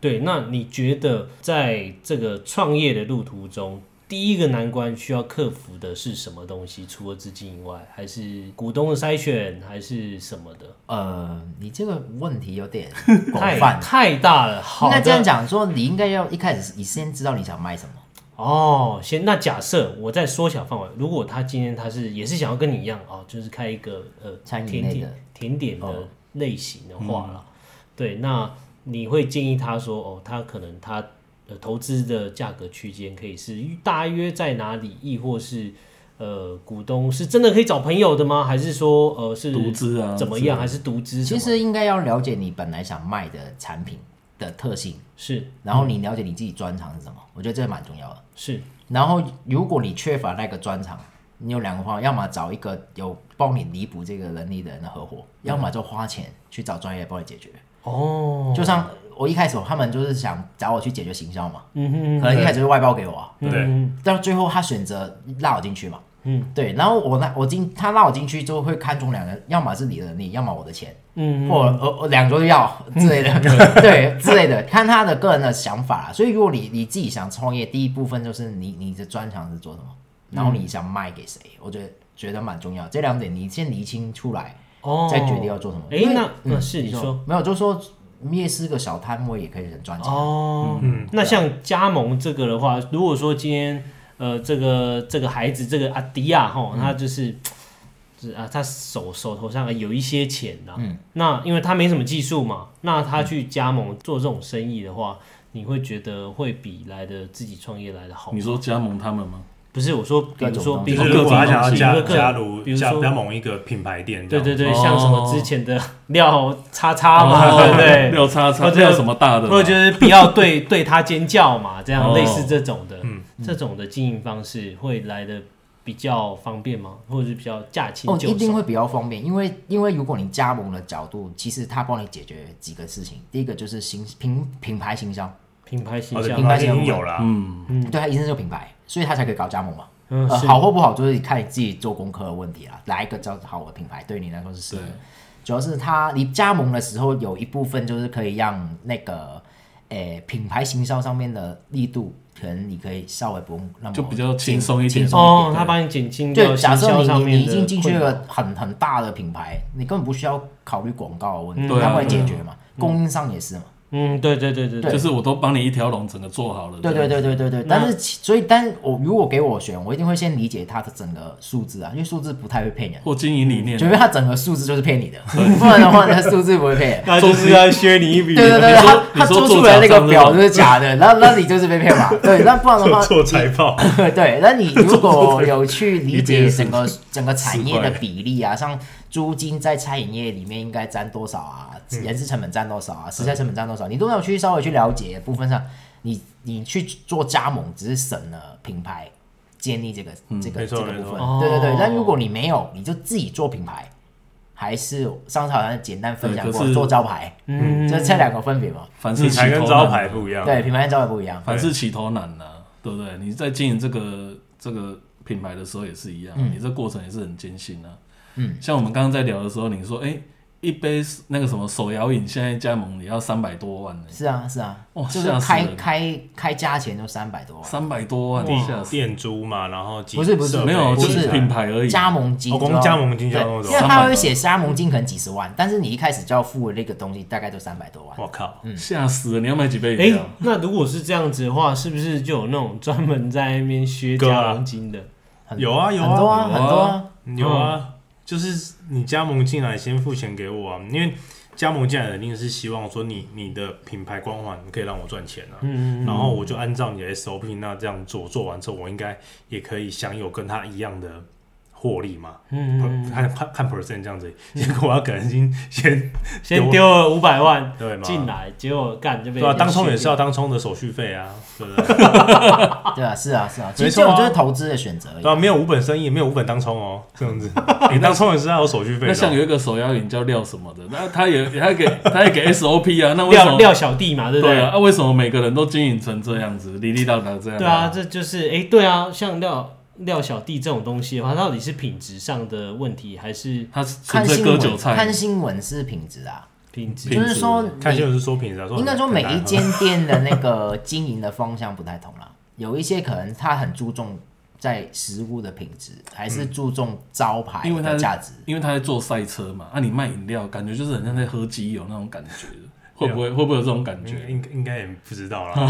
S2: 对，那你觉得在这个创业的路途中，第一个难关需要克服的是什么东西？除了资金以外，还是股东的筛选，还是什么的？
S3: 呃，你这个问题
S2: [laughs]
S3: 有点广
S2: 太
S3: 泛，
S2: 太大了，好
S3: 应该
S2: 的
S3: 这样讲，说你应该要一开始你先知道你想卖什么。
S2: 哦，先那假设我再缩小范围，如果他今天他是也是想要跟你一样哦，就是开一个呃
S3: 餐饮
S2: 甜
S3: 类
S2: 点
S3: 的哦嗯
S2: 甜点的类型的话了，对，那你会建议他说哦，他可能他呃投资的价格区间可以是大约在哪里，亦或是呃股东是真的可以找朋友的吗？还是说呃是
S4: 独资啊
S2: 怎么样？还是独资什
S3: 其
S2: 么？
S3: 实应该要了解你本来想卖的产品的特性，
S2: 是
S3: 然后你了解你自己专长是什么，
S2: 嗯
S3: 我觉得这蛮重要的。
S2: 是
S3: 然后如果你缺乏那个专长，你有两个方法，要么找一个有帮你弥补这个能力的人的合伙，
S2: 嗯
S3: 要么就花钱去找专业来帮你解决。
S2: 哦，
S3: 就像我一开始他们就是想找我去解决行销嘛，
S2: 嗯哼
S3: 可能一开始就外包给我啊、
S1: 对
S2: 嗯
S3: 到最后他选择拉我进去嘛，
S2: 嗯
S3: 对，然后我那我进他拉我进去就会看中两个，要么是你的能力，要么我的钱，
S2: 嗯，
S3: 或我我两个都
S2: [laughs]
S3: 要之类的， [laughs] 对之类的，看他的个人的想法啦。所以如果你你自己想创业，第一部分就是你你的专长是做什么，然后你想卖给谁，我觉得觉得蛮重要。这两点你先厘清出来，
S2: 哦，
S3: 再决定要做什么。
S2: 哎
S3: 因为
S2: 那那是你说
S3: 没有，就说嗯夜市个小摊位也可以很赚钱。
S2: 哦，
S1: 嗯
S2: 那像加盟这个的话，如果说今天呃，这个这个孩子这个阿迪亚
S1: 嗯
S2: 哈，他就是。是啊，他手手头上有一些钱呐、
S3: 嗯
S2: 那因为他没什么技术嘛，那他
S1: 嗯
S2: 去加盟做这种生意的话，你会觉得会比来的自己创业来的好
S1: 嗯
S2: 吗？
S4: 你说加盟他们吗？
S2: 不是，我说，比如
S3: 各种
S2: 说，
S3: 东
S2: 比
S1: 就
S2: 如
S1: 是
S4: 西
S2: 说
S1: 如果他想要
S2: 比
S1: 加
S2: 如说
S1: 加入
S2: 比如
S1: 加
S2: 说
S1: 加盟一个品牌店这
S2: 对
S1: 样，
S2: 对对，
S4: 哦
S2: 像什么之前的廖叉叉嘛，
S1: 哦
S2: 对
S4: [laughs]
S2: 不
S1: [laughs]
S2: 对？
S4: 廖叉叉
S2: 或者
S4: 廖什么大的
S2: 或者
S4: 嘛？
S2: 就是不要对对他尖叫嘛，这样
S4: 哦
S2: 类似这种的，
S1: 嗯
S2: 这种的经营方式会来的比较方便吗？或者是比较驾轻
S3: 哦，一
S2: 就
S3: 定
S2: 熟？
S3: 会比较方便，因为因为如果你加盟的角度，其实它帮你解决几个事情。第一个就是行品品牌行销，
S2: 品牌形
S1: 哦对
S2: 象
S1: 品
S3: 明白
S1: 牌已经有了啊，
S4: 嗯，
S3: 对它一定是有品牌，所以它才可以搞加盟嘛。
S2: 嗯
S3: 呃，
S2: 是
S3: 好或不好，就是你看你自己做功课的问题啦。哪一个叫好的品牌，对你来说是适合
S4: 对？
S3: 主要是它你加盟的时候有一部分就是可以让那个诶、品牌行销上面的力度，可能你可以稍微不用那么
S4: 就比较轻松一点
S3: 轻松
S2: 哦，他帮你减轻掉
S3: 就
S2: 行
S3: 假设
S2: 销
S3: 你
S2: 上
S3: 你
S2: 面
S3: 你
S2: 的
S3: 已经进去
S2: 困扰
S3: 了很很大的品牌，你根本不需要考虑广告的问题，
S4: 对啊
S3: 它会解决嘛，供应商也是嘛。
S2: 嗯，对对对对
S4: 就
S2: 对，
S4: 是我都帮你一条龙整个做好了。
S3: 对对对对对对，
S2: 那
S3: 但是其所以，但我如果给我选，我一定会先理解它的整个数字啊，因为数字不太会骗人，
S4: 或经营理念
S3: 除，非它整个数字就是骗你的， [laughs] 不然的话，它数字不会骗人。
S2: 那就是要削你一笔
S3: 对对对，
S4: [laughs] 你说
S3: 他他
S4: 你说
S3: 做
S4: 做
S3: 出来那
S4: 假
S3: 个
S4: 账
S3: 表
S4: 是吧
S3: 就是假的，那那你就是被骗嘛。对，那不然的
S1: [laughs]
S3: 话
S1: 做，做财报，
S3: [laughs] 对，那你如果有去理
S1: 一边
S3: 解
S1: 是
S3: 整个整个产业
S4: 四
S3: 的
S4: 块
S3: 比例啊，像租金在餐饮业里面应该占多少啊，人事成本占多少啊，食材成本占多少，你都要去稍微去了解部分上，你你去做加盟只是省了品牌建立这个这个
S1: 没
S3: 这
S1: 错
S3: 个部
S1: 没错
S3: 分，对对对
S2: 哦。
S3: 但如果你没有，你就自己做品牌，还是上次好像简单分享
S4: 对可
S3: 过
S4: 是
S3: 做招牌，
S2: 嗯，
S3: 就这两个分别嘛。
S4: 凡
S1: 品
S4: 事起
S1: 牌跟
S4: 头
S1: 招
S4: 难
S1: 牌
S4: 啊
S1: 不一样，
S3: 对，品牌跟招牌不一样。
S4: 凡事起头难呐、对不对？你在经营这个这个品牌的时候也是一样，你这过程也是很艰辛啊。
S3: 嗯，
S4: 像我们刚刚在聊的时候，你说，哎、一杯那个什么手摇饮，现在加盟也要三百多万呢、
S3: 是啊，是啊，
S4: 哇
S3: 就是
S4: 吓死
S3: 开
S4: 人
S3: 开开价钱就三百多万，
S4: 三百多万，
S1: 店
S4: 吓死！
S1: 店租嘛，然后几
S3: 不是不是
S1: 设备
S4: 没有，
S3: 不
S4: 就是是品牌而已。
S3: 加盟金
S1: 哦
S3: 就要，
S1: 光加盟金就要
S3: 对
S1: 那么多
S3: 因为他
S4: 300
S3: 会写加盟金可能几十万，但是你一开始就要付的那个东西大概就三百多万。
S1: 我靠，
S4: 吓死了！你要买几杯饮
S2: 哎
S4: 料？，
S2: 那如果是这样子的话，是不是就有那种专门在那边削
S1: 割
S2: 加
S1: 啊
S2: 盟金的？
S3: 很
S1: 有啊有
S3: 很多
S1: 啊
S3: 啊，很多啊，
S1: 有啊，就是你加盟进来先付钱给我啊，因为加盟进来的一定是希望说你你的品牌光环可以让我赚钱啊，
S2: 嗯，
S1: 然后我就按照你的 SOP 那这样做，做完之后我应该也可以享有跟他一样的获利嘛，
S2: 嗯
S1: 嗯，看看看 percent 这样子，结果我要可能先先
S2: 先丢了五百万，
S1: 对嘛，
S2: 进来，结果干就被
S1: 对啊，当冲也是
S2: 笑。
S1: 要当冲的手续费啊，对不对？
S3: 对啊，是啊是啊，其
S1: 没
S3: 实
S1: 错
S3: 这
S1: 啊
S3: 种就是投资的选择
S4: 哎
S3: 而已
S1: 对啊，没有五本生意，没有五本当冲哦，这
S4: [laughs]
S1: 样子，你当冲也是要有手续费
S4: 那像
S1: 的哦。
S4: 有一个手摇饮叫料什么的，那他也他也 [laughs] 给他也给 SOP 啊，那为什
S2: 廖
S4: 么？
S2: 廖小弟嘛，对不
S4: 对
S2: 对？
S4: 啊，啊为什么每个人都经营成这样子，里里道道这样？
S2: 对啊，，这就是哎、诶对啊，像廖廖小弟这种东西的话，到底是品质上的问题，还是
S4: 他纯
S3: 看
S4: 粹
S3: 新
S4: 割韭
S3: 闻，
S4: 菜。
S3: 看新闻是品质啊，
S2: 品质？
S4: 品
S3: 就是
S4: 质
S3: 说
S1: 看
S3: 你
S1: 新闻是说品质啊，
S3: 应该说每
S1: 很难
S3: 一
S1: 喝
S3: 间店的那个经营的方向不太同啦， [laughs] 有一些可能他很注重在食物的品质，还
S1: 嗯
S3: 是注重招牌
S4: 因为它
S3: 的
S4: 是
S1: [laughs]
S3: 价值。
S4: 因为他在做赛车嘛，啊，你卖饮料，感觉就是很像在喝鸡油那种感觉，会不会会不会有这种感觉？
S1: 啊应应该也不知道啦，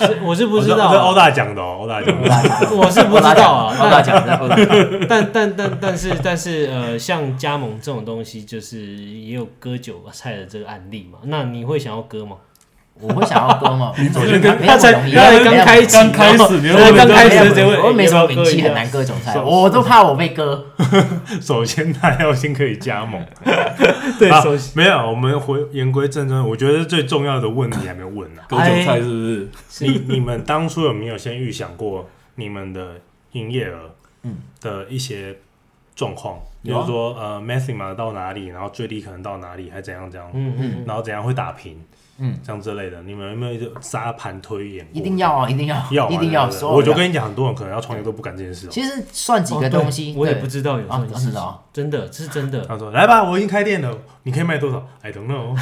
S2: 是我嗯是不知
S1: 这欧
S2: 道、啊，
S1: 大讲的哦，欧大讲的。 [laughs]
S2: 我是不知道啊。
S3: 欧大
S2: 但
S3: 奖，欧大奖，
S2: 但但但但是但是呃，像加盟这种东西，就是也有割韭菜的这个案例嘛。那你会想要割吗？
S3: 我会想要割
S2: [laughs]
S3: 吗？你
S4: 昨天跟
S3: 没有
S2: 他才
S3: 我容易
S2: 他才
S3: 没有
S2: 刚开启，
S4: 刚开始你
S2: 然
S3: 哎
S4: [laughs] 要
S2: 后
S4: 割
S2: 刚开
S3: 没有
S2: 始就会
S3: 我又没什么
S2: 要割
S3: 名气，
S2: 一
S3: 很
S2: 下
S3: 难割韭菜，我都怕我被割。
S1: 首先他要先可以加盟，
S2: [laughs] 对，
S1: 啊
S2: 首先
S1: 没有，我们回言归正传，我觉得最重要的问题还没有问呢、
S4: 割韭菜是不是？
S3: 哎
S1: [laughs] 你你们当初有没有先预想过你们的营业额的一些状况，比
S3: 嗯有啊
S1: 如说呃 m e s s i m a 到哪里，然后最低可能到哪里，还怎样怎样，
S2: 嗯嗯，
S1: 然后怎样会打平，
S3: 嗯，
S1: 这样之类的，你们有没有一个沙盘推演过？
S3: 一定要啊，一定要，
S1: 要嘛
S3: 一定要。
S1: 对不对
S3: 所有
S1: 我就
S3: 人
S1: 跟你讲，很多人可能要创业都不敢这件事哦。
S3: 其实算几个东
S2: 哦
S3: 西，
S2: 对我也
S3: 对
S2: 不知道有这
S3: 啊
S2: 种，事
S3: 是
S2: 情
S3: 的哦，
S2: 真的，这是真的。
S1: 他说：“来吧，我已经开店了，你可以卖多少？I don't know，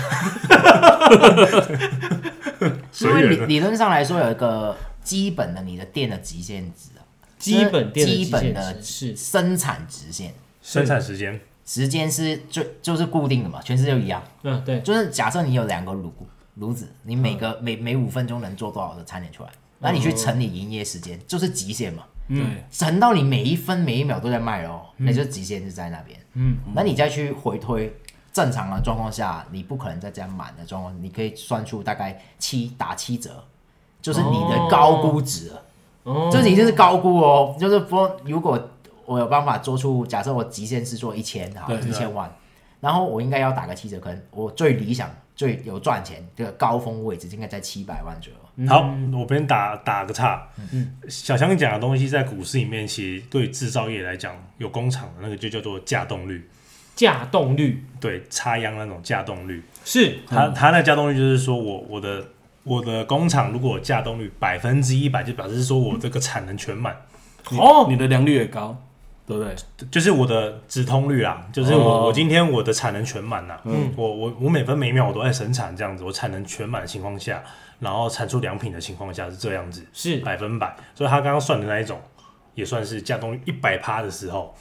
S3: 因为
S1: 随
S3: 理
S1: 缘啊
S3: 理论上来说有一个基本的你的店的极限值啊，
S2: 基本店的
S3: 基
S2: 极限
S3: 本的
S2: 是是
S3: 生产直线，
S1: 生产时间
S3: 时间是就就是固定的嘛，全世界都一样。
S2: 嗯，对，
S3: 就是假设你有两个炉炉子，你每个、每每五分钟能做多少的餐点出来，那
S2: 哦
S3: 你去乘你营业时间，就是极限嘛。
S4: 对，
S3: 乘到你每一分每一秒都在卖哦，那就极限就在那边。嗯，那你再去回推正常的状况下，你不可能再这样满的状况，你可以算出大概七打七折，就是你的高估值了。
S2: 哦，
S3: 这已经是高估哦，就是说如果我有办法做出，假设我极限是做一千哈，
S4: 对
S3: 一千万，然后我应该要打个七折，可能我最理想最有赚钱这个高峰位置应该在七百万左右。
S1: 嗯好，我边打打个岔。小强讲的东西在股市里面，其实对制造业来讲，有工厂的那个就叫做价动率，
S2: 架动率
S1: 对，插秧那种价动率。
S2: 是
S1: 它它那价动率就是说我我的我的工厂如果价动率百分之一百，就表示说我这个产能全满，
S2: 哦，
S4: 你的良率也高，对不对？
S1: 就是我的直通率啦，就是我、
S4: 哦
S1: 我今天我的产能全满啦，
S2: 嗯
S1: 我我我每分每秒我都在生产这样子，我产能全满的情况下，然后产出良品的情况下是这样子，
S2: 是
S1: 百分百，所以他刚刚算的那一种也算是价动率一百趴的时候，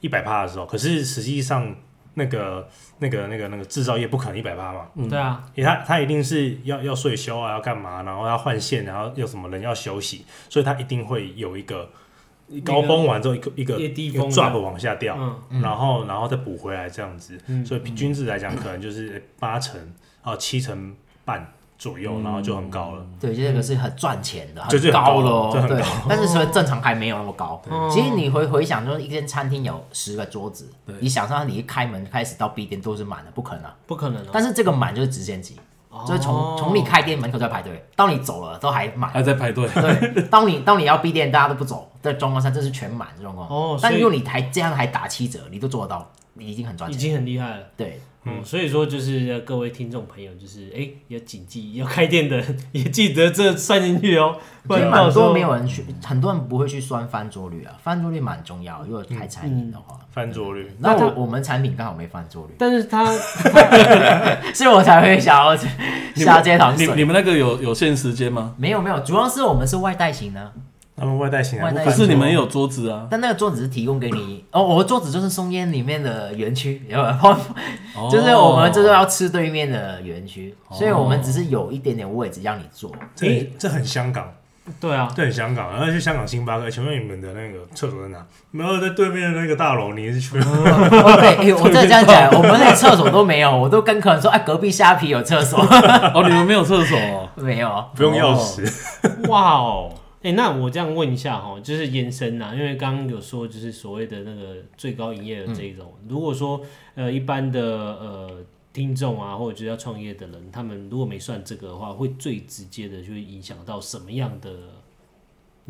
S1: 一百趴的时候，可是实际上那个那个那个那个制造业不可能一百趴嘛，
S3: 嗯
S2: 对啊，
S1: 因为他他一定是要要税休啊，要干嘛，然后要换线，然后要什么人要休息，所以他一定会有一个高峰完之后一个一个
S2: 一个低峰的
S1: drop 往下掉，
S2: 嗯，
S1: 然后然后再补回来这样子，所以平均值来讲可能就是八成啊七成半左右，
S2: 嗯
S1: 然后就很高了。
S3: 对，这个是很赚钱的，
S1: 这 [laughs] 就很高
S3: 高了
S1: 这
S3: 哦。
S1: 很
S3: 对
S1: 高，
S3: 但是说正常还没有那么高
S2: 对。
S3: 其实你回回想，说一间餐厅有十个桌子，你想象你一开门开始到闭店都是满的，不可能啊。
S2: 不可能哦，
S3: 但是这个满就是直线级，就是从从你开店门口在排队，到你走了都还满。
S4: 还在排队，
S3: 对，当你当你要闭店，大家都不走的状况下，这是全满的状况。
S2: 哦所以
S3: 但如果你还这样还打七折，你都做得到，你已经很赚
S2: 已
S3: 钱。
S2: 经很厉害了。
S3: 对，
S2: 嗯，所以说就是呃各位听众朋友，就是哎、要谨记要开店的也记得这算进去哦，不
S3: 其实
S2: 然到
S3: 蛮
S2: 时候
S3: 多没有人去，很多人不会去算翻桌率啊，翻桌率蛮重要。如果开餐饮
S2: 嗯
S3: 的话，
S1: 翻桌率，
S3: 那
S2: 那
S3: 我我们产品刚好没翻桌率，
S2: 但是他
S3: [laughs] 所以我才会想要 [laughs] 下这堂
S4: 你你
S3: 水。
S4: 们那个有有限时间吗？
S3: 没有没有，主要是我们是外带型的，
S1: 他们外带型啊，
S3: 外带
S1: 不翻
S4: 可是你
S1: 桌
S4: 们也有桌子啊，
S3: 但那个桌子是提供给你哦，我的桌子就是松烟里面的园区， [laughs] 有没有哎就是
S4: 哦
S3: 我们就是要吃对面的园区，所以我们只是有一点点位置让你坐。
S1: 这很这很香港，
S2: 对啊，
S1: 这很香港，然后去香港星巴克，请问你们的那个厕所在哪？没有在对面的那个大楼，你是去？
S3: 哦，对，
S4: [laughs]
S3: 哎、我再这样讲，我们连厕所都没有，我都跟客人说，哎、隔壁虾皮有厕所，，
S4: 哦，你们没有厕所哦
S3: [laughs] 没有。
S1: [laughs] 不用钥匙，
S2: 哇哦，哎、那我这样问一下哈，就是延伸呐、因为刚刚有说就是所谓的那个最高营业额这一种，如果说呃一般的呃听众啊，或者就是要创业的人，他们如果没算这个的话，会最直接的就会影响到什么样的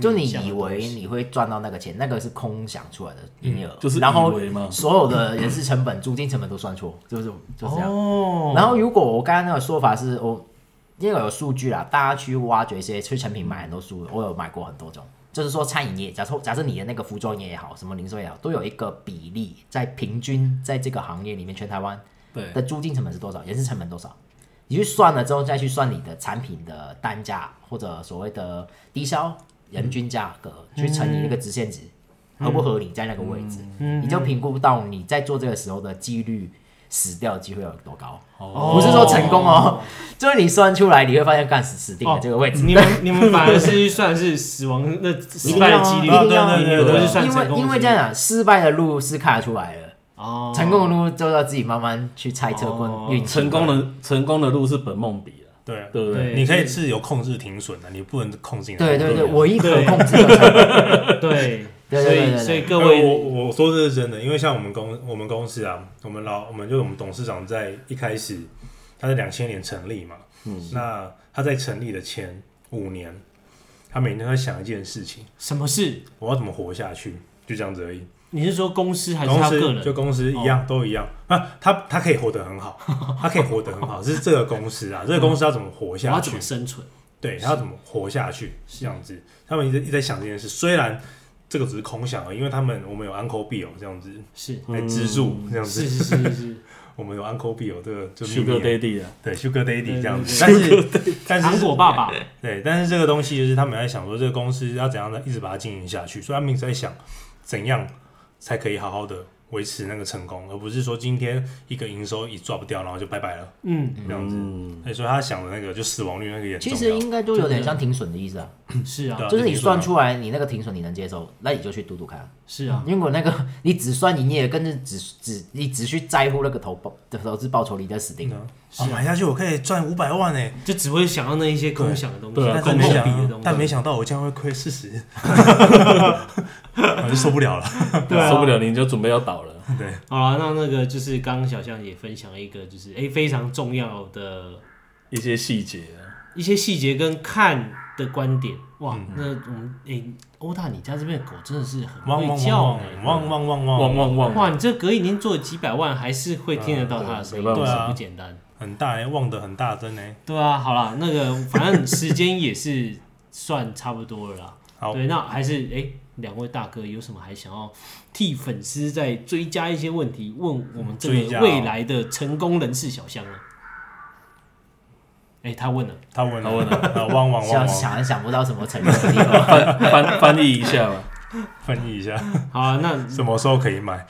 S3: 就你
S2: 面向的
S3: 以为
S2: 东西
S3: 你会赚到那个钱，那个是空想出来的营业额、
S4: 就是
S3: 然后
S4: 以为嘛
S3: 所有的人事成本、租金成本都算错，就是就这样。
S2: 哦，
S3: 然后如果我刚刚那个说法是我，因为有数据啊，大家去挖掘一些去成品买很多书，我有买过很多种。就是说，餐饮业，假设假设你的那个服装业也好，什么零售也好，都有一个比例在平均在这个行业里面，全台湾
S4: 对，
S3: 的租金成本是多少，人事成本多少，你去算了之后再去算你的产品的单价或者所谓的低消人均价格，
S2: 嗯
S3: 去乘以那个直线值，合不合理在那个位置，
S2: 嗯
S3: 你就评估到你在做这个时候的几率死掉的机会有多高。
S2: 哦
S3: 不是说成功哦， [laughs] 就是你算出来，你会发现干死死定了
S2: 哦
S3: 这个位置。
S2: 你们你们反而是算是死亡那失
S3: 定
S2: 败
S3: 要
S2: 的
S3: 啊
S2: 几率，
S3: 一定要
S1: 啊
S2: 你们不是算
S3: 因
S2: 成
S3: 为
S2: 功，
S3: 因为这样啊，失败的路是看得出来的，
S2: 哦，
S3: 成功的路就要自己慢慢去猜测
S2: 哦
S3: 跟运气。
S4: 成功的成功的路是本梦比啊，
S1: 对
S4: [laughs] 对不对？
S2: 对
S1: 你可以自由控制停损的，你不能控制你的
S3: 对对
S1: 停
S3: 对，
S1: 损
S3: 唯一可
S2: 对
S3: 控制的成本。
S2: 对，
S3: 对对
S2: 所
S3: 对
S2: 以
S3: 对
S2: 所以各
S1: 呃
S2: 位
S1: 我我说这是真的，因为像我们公我们公司啊，我们老我们就是我们董事长在一开始，他在两千年成立嘛，嗯，那他在成立的前五年，他每天都在想一件事情，
S2: 什么事
S1: 我要怎么活下去，就这样子而已。
S2: 你是说公司还是
S1: 公
S2: 他个
S1: 司
S2: 人？哦
S1: 就公司一样、都一样啊，他他可以活得很好，他可以活得很好，是这个公司啊，这个公司要怎么活
S2: 嗯我要
S1: 下
S2: 怎
S1: 去
S2: 么？生存？
S1: 对，他要怎么活下去？这样子，他们一直一直在想这件事。虽然这个只是空想而已，因为他们我们有 Uncle Bill 这样子
S2: 是
S1: 来资助，这样
S2: 嗯是
S1: 子，
S2: 是是是，
S1: 我们有 Uncle Bill 这个就秘密
S4: Sugar Daddy 啊，
S3: [laughs]
S1: 对 Sugar
S2: 对
S1: Daddy 这样子，但
S2: 对
S1: 是但是
S2: 糖果爸爸
S1: 对，但是这个东西就是他们在想说，这个公司要怎样的一直把它经营下去，所以他们一直在想怎样才可以好好的维持那个成功，而不是说今天一个营收一抓不掉，然后就拜拜了
S2: 嗯，
S1: 这样子。
S4: 嗯，
S1: 对所以他想的那个就死亡率那个也很
S3: 其
S1: 重
S3: 实
S1: 要。
S3: 应该就有点像停损的意思啊，
S2: 是啊
S1: 对啊
S3: 就是你算出来你那个停损你能接受，那你就去赌赌看。
S2: 是啊，
S3: 因为我那个你只算营业，跟着只只你只去在乎那个投报的投资报酬，你就死定了。
S1: 哦、买下去我可以赚五百万哎、
S2: 就只会想要那一些空想的东西，
S4: 对啊
S1: 但是
S2: 空
S1: 没
S2: 比
S1: 想
S2: 的东
S1: 到
S2: 西，
S1: 但没想到我竟然会亏四十，我就受不了了。
S2: 对啊
S4: 受不了你就准备要倒了。
S1: 对，
S2: 好了，那那个就是刚刚小象也分享了一个，就是诶非常重要的
S4: 一些细节啊，
S2: 一些细节跟看的观点。哇，
S1: 嗯
S2: 那我们诶欧大，你家这边的狗真的是很
S1: 汪
S2: 会
S1: 汪
S2: 叫欸
S1: 汪
S2: 诶
S1: 汪汪汪汪
S4: 旺旺旺，
S2: 哇，你这隔一年做了几百万，还是会听得到它的声音，
S4: 嗯对
S2: 真
S1: 没办法
S2: 是不简单。
S1: 很大哎、旺的很大真哎、
S2: 对啊，好啦，那个反正时间也是算差不多了啦。
S1: 好
S2: 对，那还是哎，两、位大哥有什么还想要替粉丝再追加一些问题，问我们这
S1: 追加
S2: 个
S1: 哦
S2: 未来的成功人士小香呢？哎、他问了，
S1: 他问了
S4: 他问
S1: 了，啊汪汪汪
S3: 想
S1: 汪，
S3: 想也想不到什么成功的地方，
S4: 翻翻译一下吧。
S1: 翻译一下，
S2: 好啊，那
S1: 什么时候可以买？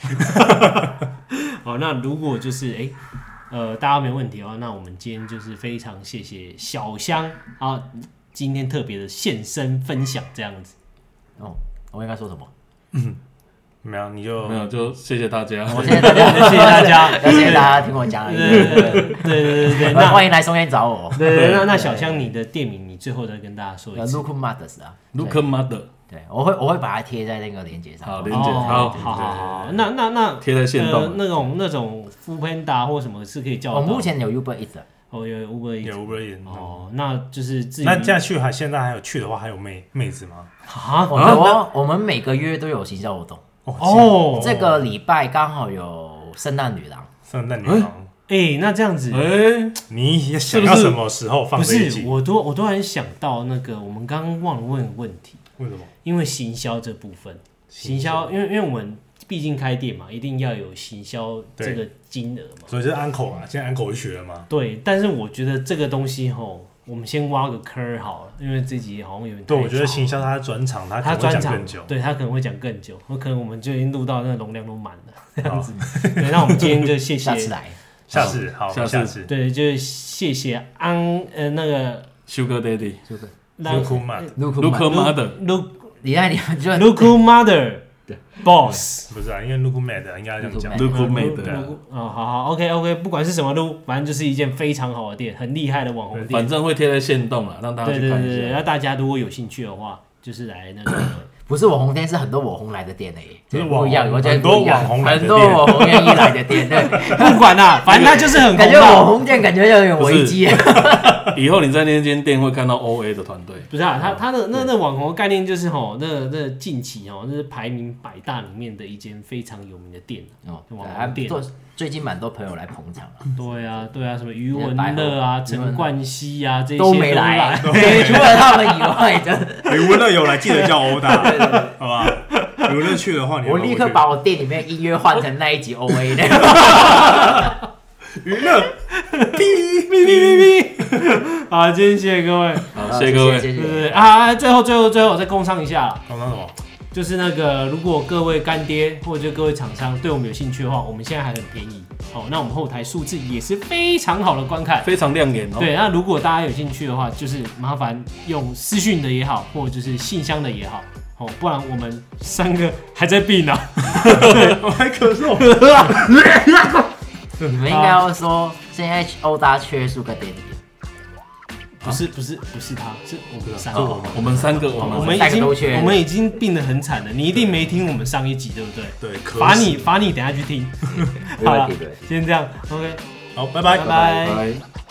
S2: 好，那如果就是哎、呃，大家没问题的话，那我们今天就是非常谢谢小香啊，今天特别的现身分享这样子。
S3: 哦，我应该说什么？
S1: 没有，你就
S4: 没有，就谢谢大家。
S3: 我谢谢大家，
S2: 嗯哦谢谢大家
S3: 谢谢大家听我讲。
S2: 对对对对对对对，那
S3: 欢迎来松烟找我。
S2: 对对，对那那
S3: 对
S2: 小香，你的店名你最后再跟大家说一次。
S3: Look Mothers 啊
S4: Look mother，
S3: 对，对我会我会把它贴在那个链接上。
S4: 好
S2: 哦
S4: 连接
S2: 好
S4: 好
S2: 好
S4: 对对
S2: 好，那那那
S4: 贴在线
S2: 呃
S4: 动，
S2: 那种那种 f o o Panda 或什么是可以叫
S3: 我
S2: 得到。
S3: 哦目前有 Uber Eats，的
S2: 哦有有 Uber
S1: 也
S2: Eats
S1: 无人演。
S2: 哦，那就是至于
S1: 那这样去还现在还有去的话，还有妹妹子吗？
S2: 啊
S3: 我们我我们每个月都有行销活动。
S2: 哦
S3: 这个礼拜刚好有圣诞女郎，
S1: 圣诞女郎，
S2: 哎，那这样子
S4: 哎，
S1: 你想要什么时候放
S2: 不
S1: 这一
S2: 是
S1: 集？
S2: 我都我突然想到那个我们刚刚忘了问问题，
S1: 为什么？
S2: 因为行销这部分，行
S1: 行
S2: 销因为因为我们毕竟开店嘛，一定要有行销这个金额嘛。
S1: 所以就是安口啊，现在安口去学了吗？
S2: 对，但是我觉得这个东西吼，我们先挖个坑儿好了，因为这集好像有点
S1: 对，
S2: 太
S1: 我觉得
S2: 长
S1: 行销他的专场，他可
S2: 他
S1: 能会
S2: 专
S1: 讲
S2: 场
S1: 更久，。
S2: 对他可能会讲更久，我可能我们就已经录到那个容量都满了 [laughs] [laughs] 这样子。对，那我们今天就谢
S3: 下次
S2: 谢，
S3: 来。
S1: 下次好，
S4: 下次
S1: 下次。
S2: 对，就谢谢安呃那个
S4: Sugar Daddy。
S1: 酷酷嘛，
S3: Look
S4: Look
S3: Mother，
S4: mother，
S2: Look
S3: 你看你们就
S2: Look Mother Boss。
S1: 不是啊，因为 Look Mad 应该这样讲。
S4: Look Who
S2: 美
S4: Made
S2: 的
S4: 的
S2: 哦，好好，OK OK，不管是什么路，反正就是一件非常好的店，很厉害的网红店
S4: 反。正会贴在线动了，让大家
S2: 对
S4: 去
S2: 对对
S4: 看
S2: 对，
S4: 一
S2: 那
S4: 下。
S2: 大家如果有兴趣的话，就是来那个
S3: 不是网红店，是很多网红来的店诶，
S1: 就是
S3: 不一样，
S1: 网红
S3: 我觉得不一样
S1: 很多网红来的店
S3: 很多网红愿意来的店， [laughs] 啊对，
S2: 不管啦，反正他就是很
S3: 感
S2: 红
S3: 觉网
S2: 的。
S3: 红店感觉有点危机。 [laughs]
S4: 以后你在那间店会看到 OA 的团队，
S2: 不是啊，他他的那那网红的概念就是吼，那那近期哦，那是排名百大里面的一间非常有名的店啊
S3: 哦
S2: 网
S3: 还
S2: 红店
S3: 做最近蛮多朋友来捧场啊，
S2: 对啊，对啊，什么余
S3: 那
S2: 文
S3: 百合
S2: 乐啊、
S3: 余文
S2: 陈
S3: 乐
S2: 冠希啊这些
S3: 都没来， [laughs] 对除了他们以外，真的，
S1: 你无乐有来，记得叫欧达，好吧？无乐去哎的话，你
S3: [laughs] 我立刻把我店里面的音乐换成那一集 O A 的。
S1: 娱乐
S2: 哔哔哔哔。好，今天谢谢各位，
S4: 好，谢谢各位。
S3: 谢
S2: 对
S3: 谢
S2: 对对啊，啊最后最后最后我再工商一下啦。
S1: 刚刚什么？
S2: 就是那个，如果各位干爹或者就各位厂商对我们有兴趣的话，我们现在还很便宜哦。那我们后台数字也是非常好的观看。
S4: 非常亮眼哦。
S2: 对，那如果大家有兴趣的话，就是麻烦用私讯的也好，或者就是信箱的也好，哦，不然我们三个还在避呢。
S1: 我还咳嗽。
S3: 你们应该要说，现在欧大缺数个店里，
S2: [laughs] 不是不是不是他，是我们三
S1: 是
S2: 个。
S1: 我
S4: 我们三个，我
S2: 我
S4: 们
S2: 们已
S3: 三个
S2: 经
S3: 都缺
S2: 我们已经病得很惨了，你一定没听我们上一集，对不对？
S1: 对，咳
S2: 罚
S1: 死
S2: 你罚你，等下去听。好了，先这样，OK，
S1: 好，拜拜
S2: 拜拜
S4: 拜。